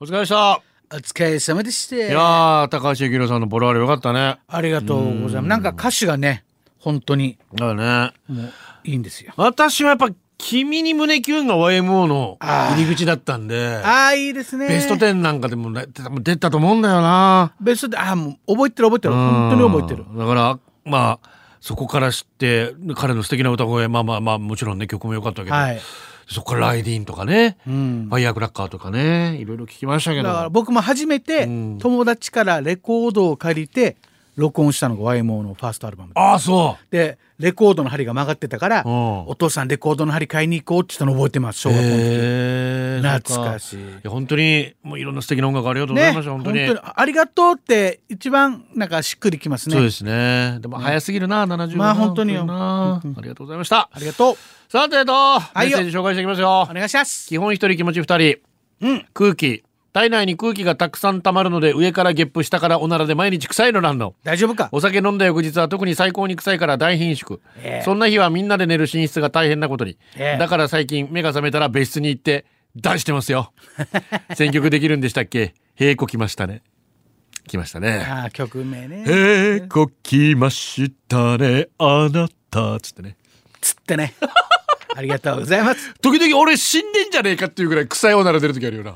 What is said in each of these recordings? お疲れでしたお疲れ様でしたいやー高橋幸宏さんのボロあれよかったねありがとうございますなんか歌詞がね本当にだねもういいんですよ私はやっぱ君に胸キュンが YMO のあー入り口だったんでああいいですねベスト10なんかでもね多分出たと思うんだよなベストでああもう覚えてる覚えてる本当に覚えてるうんだからまあそこから知って彼の素敵な歌声まあまあまあもちろんね曲も良かったけど、はい、そこからライディーンとかね、うん、ファイヤークラッカーとかねいろいろ聞きましたけだどから僕も初めてうん友達からレコードを借りて録音したのが YMO のファーストアルバムああそでレコードの針が曲がってたからう、うんお父さんレコードの針買いに行こうって言ったの覚えてます小学校の時、へー懐かしそいっいや本当にもういろんな素敵な音楽ありがとうござねいました、本本当当ににありがとうって一番なんかしっくりきますそうねですねでも早すぎるな、70まあ本当によなありがとうございましたありがとうさてとメッいよセージ紹介していきますよお願いします基本一人気持ち二人、うん空気体内に空気がたくさん溜まるので上からゲップ下からおならで毎日臭いのなんの大丈夫かお酒飲んだ翌日は特に最高に臭いから大貧縮、ええそんな日はみんなで寝る寝室が大変なことに、ええだから最近目が覚めたら別室に行って出してます よ選曲できるんでしたっけへいこきましたねきましたねああ曲名ねへいこきましたねあなたつってねつってねありがとうございます時々俺死んでんじゃねえかっていうぐらい臭いおなら出る時あるよ な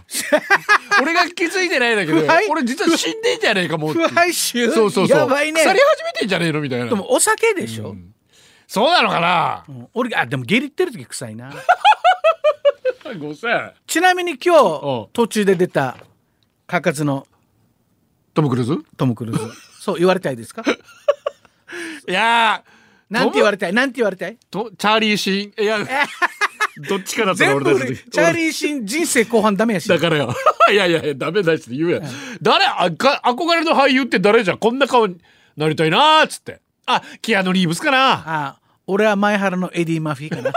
俺が気づいてないんだけど不敗俺実は死んでんじゃねえかもうってい 不う敗臭そうそうそうやばいね腐り始めてんじゃねえのみたいなでもお酒でしょ、そうなのかなうん俺あでも下痢ってる時臭いな5000ちなみに 今お日途中で出たカカツのトム・クルーズトム・クルーズそう言われたい ですかいやーなんて言われたいなんて言われたいとチャーリーシーンいや どっちかだったら全部俺た俺ちチャーリーシン人生後半ダメやしだからよ いやいやいやダメだしって言うやん、誰あか憧れの俳優って誰じゃんこんな顔になりたいなーっつってあキアヌ・リーブスか なあ俺は前原のエディ・マーフィーか な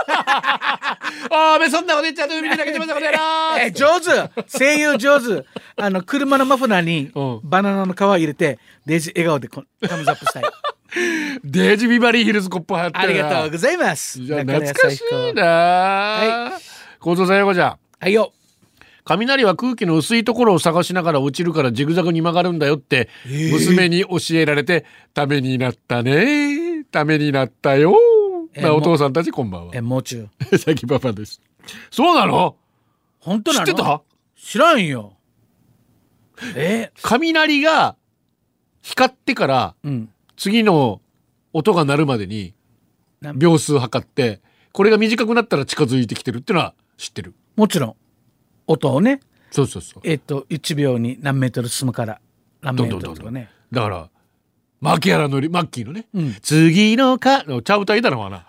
あーべそんなこと言っちゃうと海に投げてましたことやなーえ上手声優上手あの車のマフラーにうんバナナの皮入れてデージ笑顔でこうタムズアップしたいデージ・ビバリーヒルズコップ流行ってありるながとうございますじゃあ中懐田か最し高いなー構造さんよこちゃんはいよ雷は空気の薄いところを探しながら落ちるからジグザグに曲がるんだよって娘に教えられてためになったねためになったよ、えまあもお父さんたちこんばんはえもう中 さきパパですそうなの本当な知のってた知らんよえ雷が光ってからうん次の音が鳴るまでにな秒数測ってこれが短くなったら近づいてきてるってのは知ってるもちろん音をねそうそうそうえっ、と1秒に何メートル進むから何メートルとかねだからマキアラのりマッキーのね、うん次のかのちゃう歌いだなまな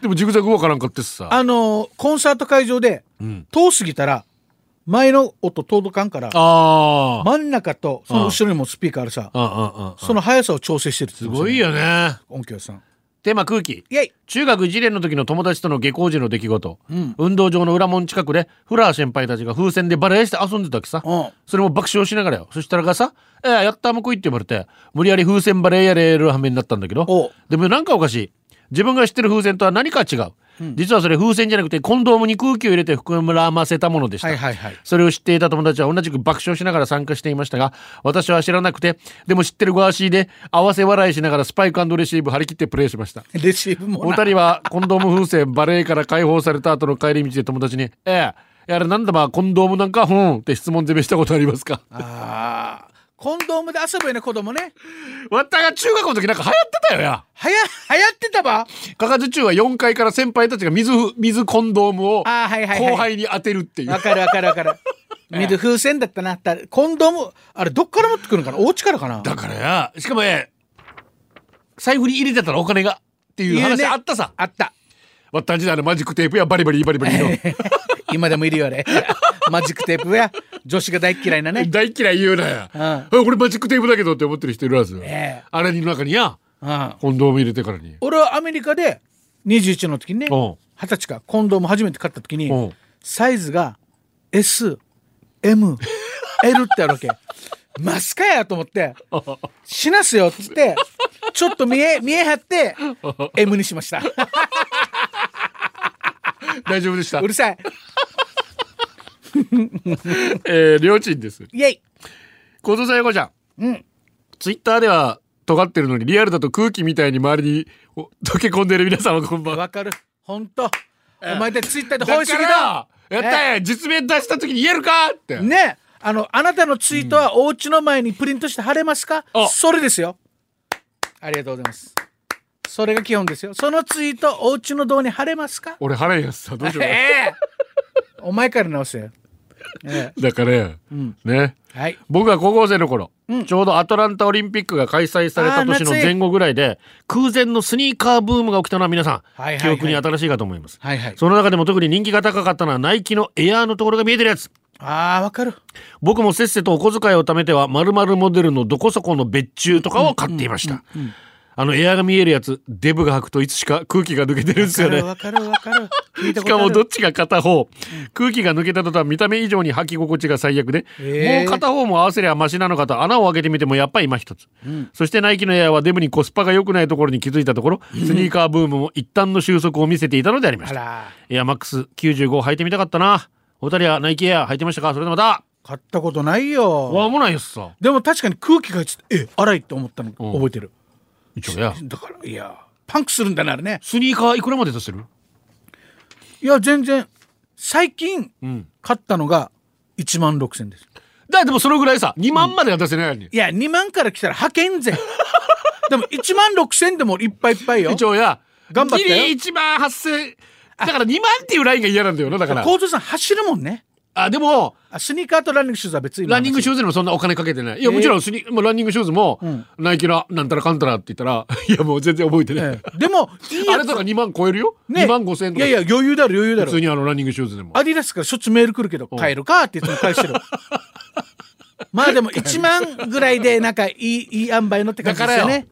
でもジグザグわからんかってさあのーコンサート会場でうん、遠すぎたら前の音届かんからあー真ん中とその後ろにもスピーカーあるさああああその速さを調整してるすすごいよね音響さんテーマ空気イエイ中学1年の時の友達との下校時の出来事、うん運動場の裏門近くでフラー先輩たちが風船でバレーして遊んでたわけさ、うんそれも爆笑しながらよそしたらがさ「えー、やったーもこい」って呼ばれて無理やり風船バレーやれる羽目になったんだけどおうでもなんかおかしい自分が知ってる風船とは何か違う、実はそれ風船じゃなくてコンドームに空気を入れて膨らませたものでした、はいはいはいそれを知っていた友達は同じく爆笑しながら参加していましたが私は知らなくてでも知ってるガーシーで合わせ笑いしながらスパイクレシーブ張り切ってプレーしましたレシーブもおな二人はコンドーム風船バレエから解放された後の帰り道で友達に「ええあれなんだまあコンドームなんかふん」って質問攻めしたことありますか あーコンドームで遊ぶよね子供ねわったが中学の時なんか流行ってたよやはや流行ってたばかかず中は4階から先輩たちが水ふ水コンドームをあーはいはいはい後輩に当てるっていうわかるわかるわかる水風船だったなだコンドームあれどっから持ってくるのかなお家からかなだからやしかもえ財布に入れてたらお金がっていう言う話ねあったさあった わったん時代のマジックテープやバリバリバリバリの今でもいるよあれ マジックテープや女子が大っ嫌いなね大嫌い言うなや、うんあ俺マジックテープだけどって思ってる人いるはずよ、ええあれの中にやうんコンドーム入れてからに俺はアメリカで21の時にねうん二十歳かコンドーム初めて買った時うにんサイズが SML ってあるわけ マスカやと思って「死なすよ」っつってちょっと見え見え張って M にしました大丈夫でしたうるさいえー、両親です。イエイ小僧さん横ちゃん。うん。ツイッターでは尖ってるのにリアルだと空気みたいに周りにお溶け込んでる皆様こんばんは。わかる。ほんと。お前たちツイッターでだ本か主義だらやったや、実名出した時に言えるかって。ねあの、あなたのツイートはお家の前にプリントして貼れますか、あそれですよ。ありがとうございます。それが基本ですよ。そのツイート、お家の堂に貼れますか俺腹やすさんどうしようかな。ええお前から直せよ。えだから、ね。えはい。僕が高校生の頃、ちょうどアトランタオリンピックが開催された年のあー夏前後ぐらいで空前のスニーカーブームが起きたのは皆さん、はいはいはい記憶に新しいかと思います、はいはい。その中でも特に人気が高かったのはナイキのエアーのところが見えてるやつああ、わかる。僕もせっせとお小遣いを貯めては〇〇モデルのどこそこの別注とかを買っていましたあのエアーが見えるやつデブが履くといつしか空気が抜けてるんですよねわかるわかるわかる。聞いしたこかとあもるどっちが片方空気が抜けたとは見た目以上に履き心地が最悪で、えーもう片方も合わせりゃマシなのかと穴を開けてみてもやっぱり今一つ、そしてナイキのエアはデブにコスパが良くないところに気づいたところスニーカーブームも一旦の収束を見せていたのでありましあたら、エアマックス95履いてみたかったなお二人はナイキエア履いてましたかそれでまた買ったことないわよ。もないっすさでも確かに空気がちょっと、え、荒いって思ったのうん覚えてる。一応やだから、いや、パンクするんだな、あれね。スニーカーいくらまで出せるいや、全然、最近、うん買ったのが1万6千です。だでもそのぐらいさ2万までは出せないのに、いや、2万から来たら派 遣税。でも1万6千でもいっぱいいっぱいよ。一応や頑張ったよギリ1万8000だから2万っていうラインが嫌なんだよなだから構造さん走るもんね。あでもあスニーカーとランニングシューズは別に。ランニングシューズにもそんなお金かけてないいやもちろんスニ、もうランニングシューズも、んナイキのなんたらかんたらって言ったら いやもう全然覚えてない、ええ でも、いいあやれつとか2万超えるよ、2万5千円といかやいや、余裕だろ、余裕だ普ろ通。にあのランニングシューズでもアディダスからしょっちゅうメール来るけど、帰るかっていつも 返してる。まあでも1万ぐらいで、なんかいい、いい塩梅のって感じですよだからねよ。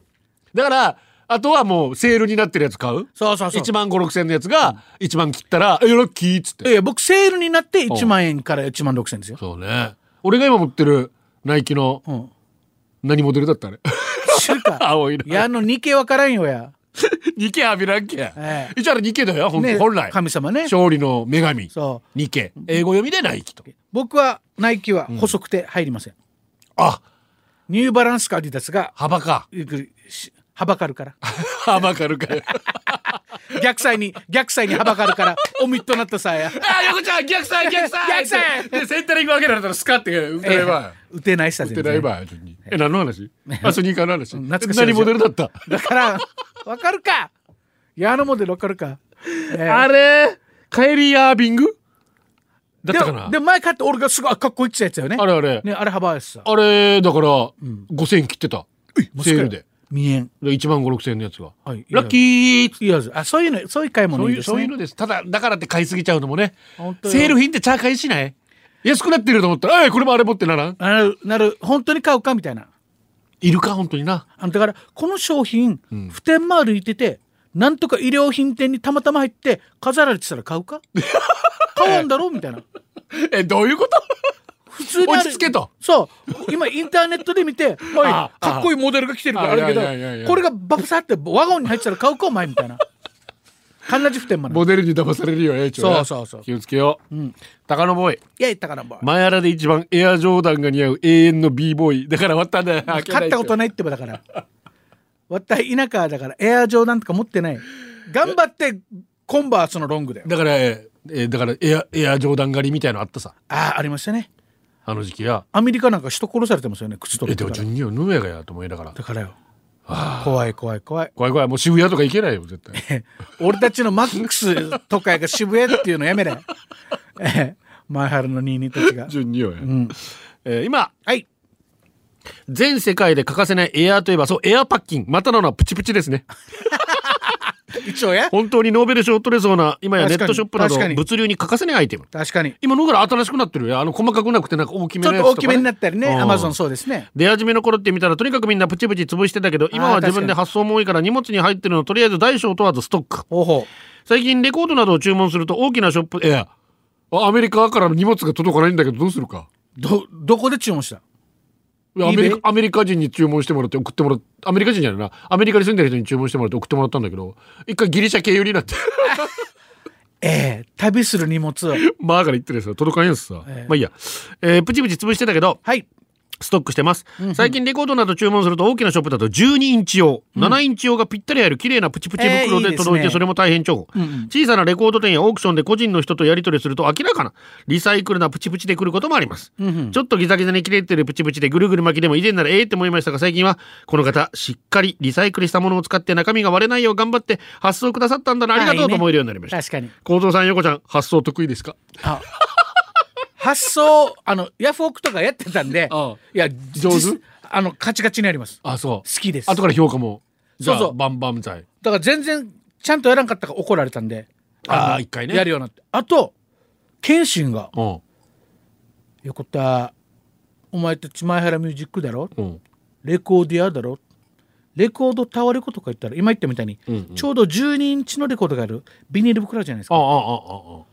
だからあとはもうセールになってるやつ買うそうそうそう。 1万5 6千円のやつが1万切ったら「えラッキー」っつっていや、僕セールになって1万円から1万6千円ですよ。そうね俺が今持ってるナイキの うん。何モデルだったあれ知るか。青いのいや、あの、2系わからんよや。ニケ浴びらんけ、え一応あれニケだよ本,、ね本来神様ね。勝利の女神そニケ英語読みでナイキとう。僕は、ナイキは細くて入りません。あニューバランスかアディダスが、幅か ゆっくりし、はばかるから。はばかる かよ。逆サイに、逆サイにはばかるから、おみっとなったさや。あ、横ちゃん、逆さ、 逆さ。逆さで、センタリング分けられたら、スカって、打てないば。打てないさ、打全て然ないば。え、何の話。あ、スニーカーの話。うん懐かしい何モデルだった。だから、わかるか矢野モデルわかるか、えーあれ、カエリーアービング。だったかでなもで。も前買って俺がすごいかっこいいって言ったやつだよあね。れ、あれ、ね、あれ幅やしさ。あれ、だから、五千切ってた。セールで。見えん。で一万五六千円のやつが。はいラッキー。いや、あ、そういうの、そういう買いそ物ういいいう、ですそういうね。のです。ただ、だからって買いすぎちゃうのもね。本当よセール品ってチャー買いしない。安くなってると思ったら、え、これもあれ持ってならん。なる、なる、本当に買うかみたいな。いるか、本当に な。あの、だから、この商品、普天間歩いてて、なんとか衣料品店にたまたま入って、飾られてたら買うか買わんだろうみたいな。え、どういうこと。普通にある落ち着けとそう今インターネットで 見ておいあかあっこいいモデルが来てるからあるけどあいやいやいやいやこれがバブサってワゴンに入ってたら買うかお前み たいなカンナジフテンマン モデルに騙される よね、ちょそうそうそう気をつけよう。高野ボーイ。いや言ったからもう前原で一番エアジョーダンが似合う永遠の B ボーイ。だから終わったんだよ。買ったことない。ないってばだからわった田舎だからエアジョーダンとか持ってない頑張ってコンバースのロングだよだから、えーえーだからエア、エアジョーダン狩りみたいのあったさ。ああありましたねあの時期や。アメリカなんか人殺されてますよね靴取え、でっても、から順には飲めやがやと思いながら。だからよ怖い怖い怖い怖い怖い。もう渋谷とか行けないよ、絶 対。俺たちのマックスとかが渋谷っていうのやめれ ええ前原の22たちが順にはや。えー今、はい。全世界で欠かせないエアといえば、そう、エアパッキン。またなのはプチプチですね。一応や。本当にノーベル賞を取れそうな、今やネットショップなど確かに物流に欠かせないアイテム。確かに。今のから新しくなってるよあの細かくなくてなんか大きめちょのっやつととか、ね、大きめになったりね。うんアマゾンそうですね。出始めの頃って見たらとにかくみんなプチプチ潰してたけど今は自分で発送も多いから荷物に入ってるのとりあえず大小問わずストックほうほ最近レコードなどを注文すると大きなショップいやあアメリカからの荷物が届かないんだけどどうするかう。ど、どこで注文したいやアメリカ eBay？アメリカ人に注文してもらって送ってもらっアメリカ人じゃ ないなアメリカに住んでる人に注文してもらって送ってもらったんだけど一回ギリシャ経由になってええ旅する荷物をまあから言ってるんですよ届かんやつさ、ええまあいいや、えープチプチ潰してたけど はいストックしてます、んうん最近レコードなど注文すると大きなショップだと12インチ用、7インチ用がぴったりある綺麗なプチプチ袋えーいいでですね届いてそれも大変重宝、うんうん小さなレコード店やオークションで個人の人とやり取りすると明らかなリサイクルなプチプチで来ることもあります、うんうんちょっとギザギザに切れてるプチプチでぐるぐる巻きでも以前ならええって思いましたが最近はこの方しっかりリサイクルしたものを使って中身が割れないよう頑張って発送くださったんだなありがとあいういねと思えるようになりました確かに幸三さん横ちゃん発送得意ですかあ発想あのヤフオクとかやってたんでああいや上手実あのカチカチにありますあそ好きです後から評価もじゃあそうそうバンバン剤だから全然ちゃんとやらんかったから怒られたんであーの一回ねやるようになってあと謙信がうん「横田お前って前原ミュージックだろうんレコーディアだろレコードタワレコとか言ったら今言ったみたいに、うんうんちょうど12インチのレコードがあるビニール袋じゃないですあかああああ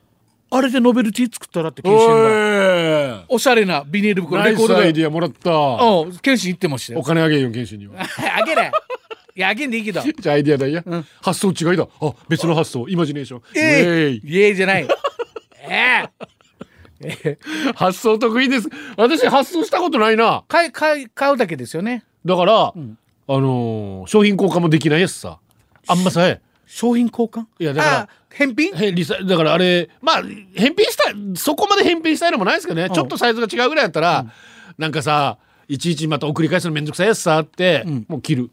あれでノベルティ作ったらって謙信があおしゃれなビニール袋ナレイコースドがアイディアもらったおうん謙信言ってましたよ金あげよ謙信には あげないいやあげんでい いけどじゃあアイディアだいや、うん発想違いだあ別の発想イマジネーションえイエーえイイエーイじゃないええええ発想得意です私発想したことないな買い買い買うだけですよねだから、んあのー商品交換もできないやつさあんまさえ商品交換いやだからあ返品へリサだからあれまあ返品したそこまで返品したいのもないですけどね、んちょっとサイズが違うぐらいだったら、なんかさいちいちまた送り返すのめんどくさいやつさあって、んもう切る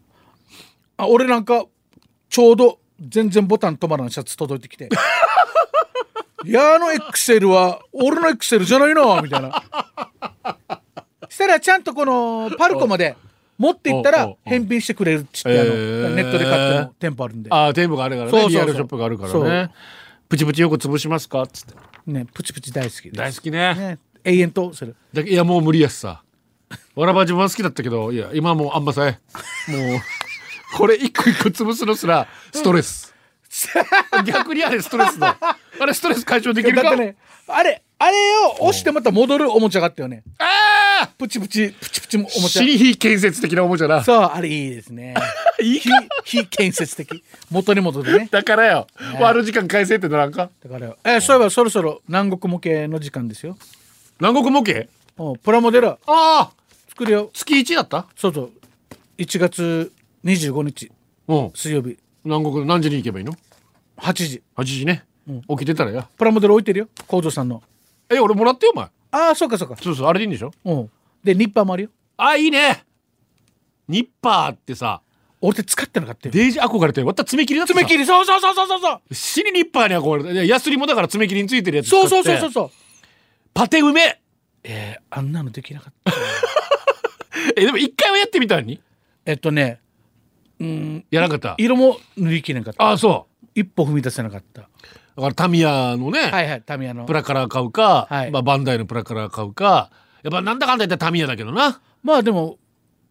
あ俺なんかちょうど全然ボタン止まらんシャツ届 いてきて「いやあの XL は俺の XL じゃないな」みたいなしたらちゃんとこのパルコまで持っていったおうおらうおう返品してくれるっつってあのへえネットで買っても店舗あるんで、ああ店舗があるからねそうそうそうリアルショップがあるからねプチプチよく潰しますかっつってね、プチプチ大好きです大好きねね、永遠とするだけいやもう無理やしさわらば自分は好きだったけどいや今はもうあんまさえもうこれ一個一個潰すのすらストレス、逆にあれストレスだあれストレス解消できるだっか、てねあれあれを押してまた戻るおもちゃがあったよねああプチプチプチプチもおもちゃ新非建設的なおもちゃなそうあれいいですね いい非非建設的元に戻るねだからよ、割る時間返せってならんかだからえそういえばそろそろ南国模型の時間ですよ南国模型おプラモデルああ作るよ月1だったそうそう1月25日うん水曜日南国何時に行けばいいの8時 ?8 時ね、起きてたらやプラモデル置いてるよ工藤さんのえ俺もらってよお前ああそうかそうかそうそうあれでいいんでしょうんでニッパーもあるよあいいねニッパーってさ俺って使ってなかったよデージ憧れてまた爪切りだった爪切りそうそうそうそうそうそうり死にニッパーに憧れていやヤスリもだから爪切りについてるやつ使っそうてそうそうそうそうパテ埋めえーあんなのできなかったえでも一回はやってみたのにえっとねうんやらなかった色も塗りきれなかったああそ一歩踏み出せなかったうだからタミヤのね、はいはいタミヤのプラカラー買うか、はいまあ、バンダイのプラカラー買うかやっぱなんだかんだ言ったらタミヤだけどなまあでも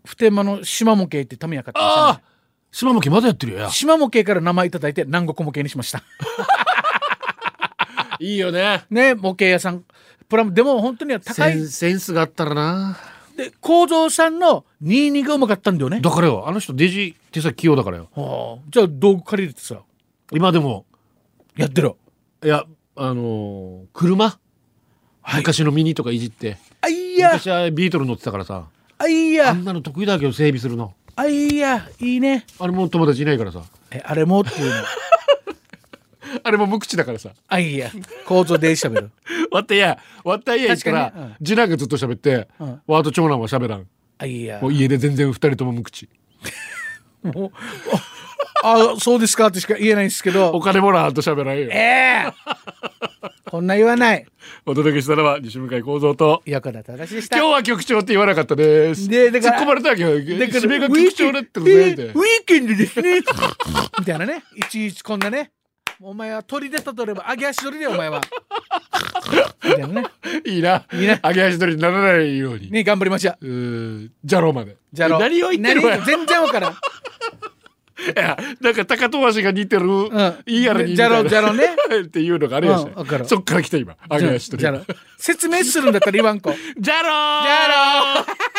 普天間の島模型ってタミヤ買ってましたねああ島木まだやってるよや島模型から名前いただいて南国模型にしましたいいよねね模型屋さんプラモでも本当には高セいンセンスがあったらなで構造さんの22がうまかったんだよねだからよあの人デジ手先器用だからよはあじゃあ道具借りれてさ今でもやってるいやあのー車、昔のミニとかいじってあいや昔はビートル乗ってたからさあいあやんなの得意だけど整備するのあいやいいねあれもう友達いないからさえあれもっていう の あれも無口だからさあいや構造でしゃべるわってやわってや言ったら、確かにね次男がずっと喋って、うんわあと長男は喋らんあいやもう家で全然二人とも無口もうああそうですかってしか言えないんですけおど金もらわんと喋らんよええこんな言わないお届けしたのは西向井幸三と横田正でした今日は局長って言わなかったですでだから突っ込まれたわけよだから締めがウ局ィーケ長ンだってえーねウィーケンドですね みたいなねいちいちこんなねお前は鳥で例えば揚げ足取りでお前はみたいなねいいないいな揚げ足取りにならないようにね頑張りましょううーじゃろうまでじゃろ何を言ってるわ何全然わからん、いやなんか高飛ばしが似てる、んいいやろにじゃろみたいなじゃ っていうのがあれやし、うんわかるそっから来た今揚げ足取りじゃあ説明するんだったら言わんこじじゃろーゃろ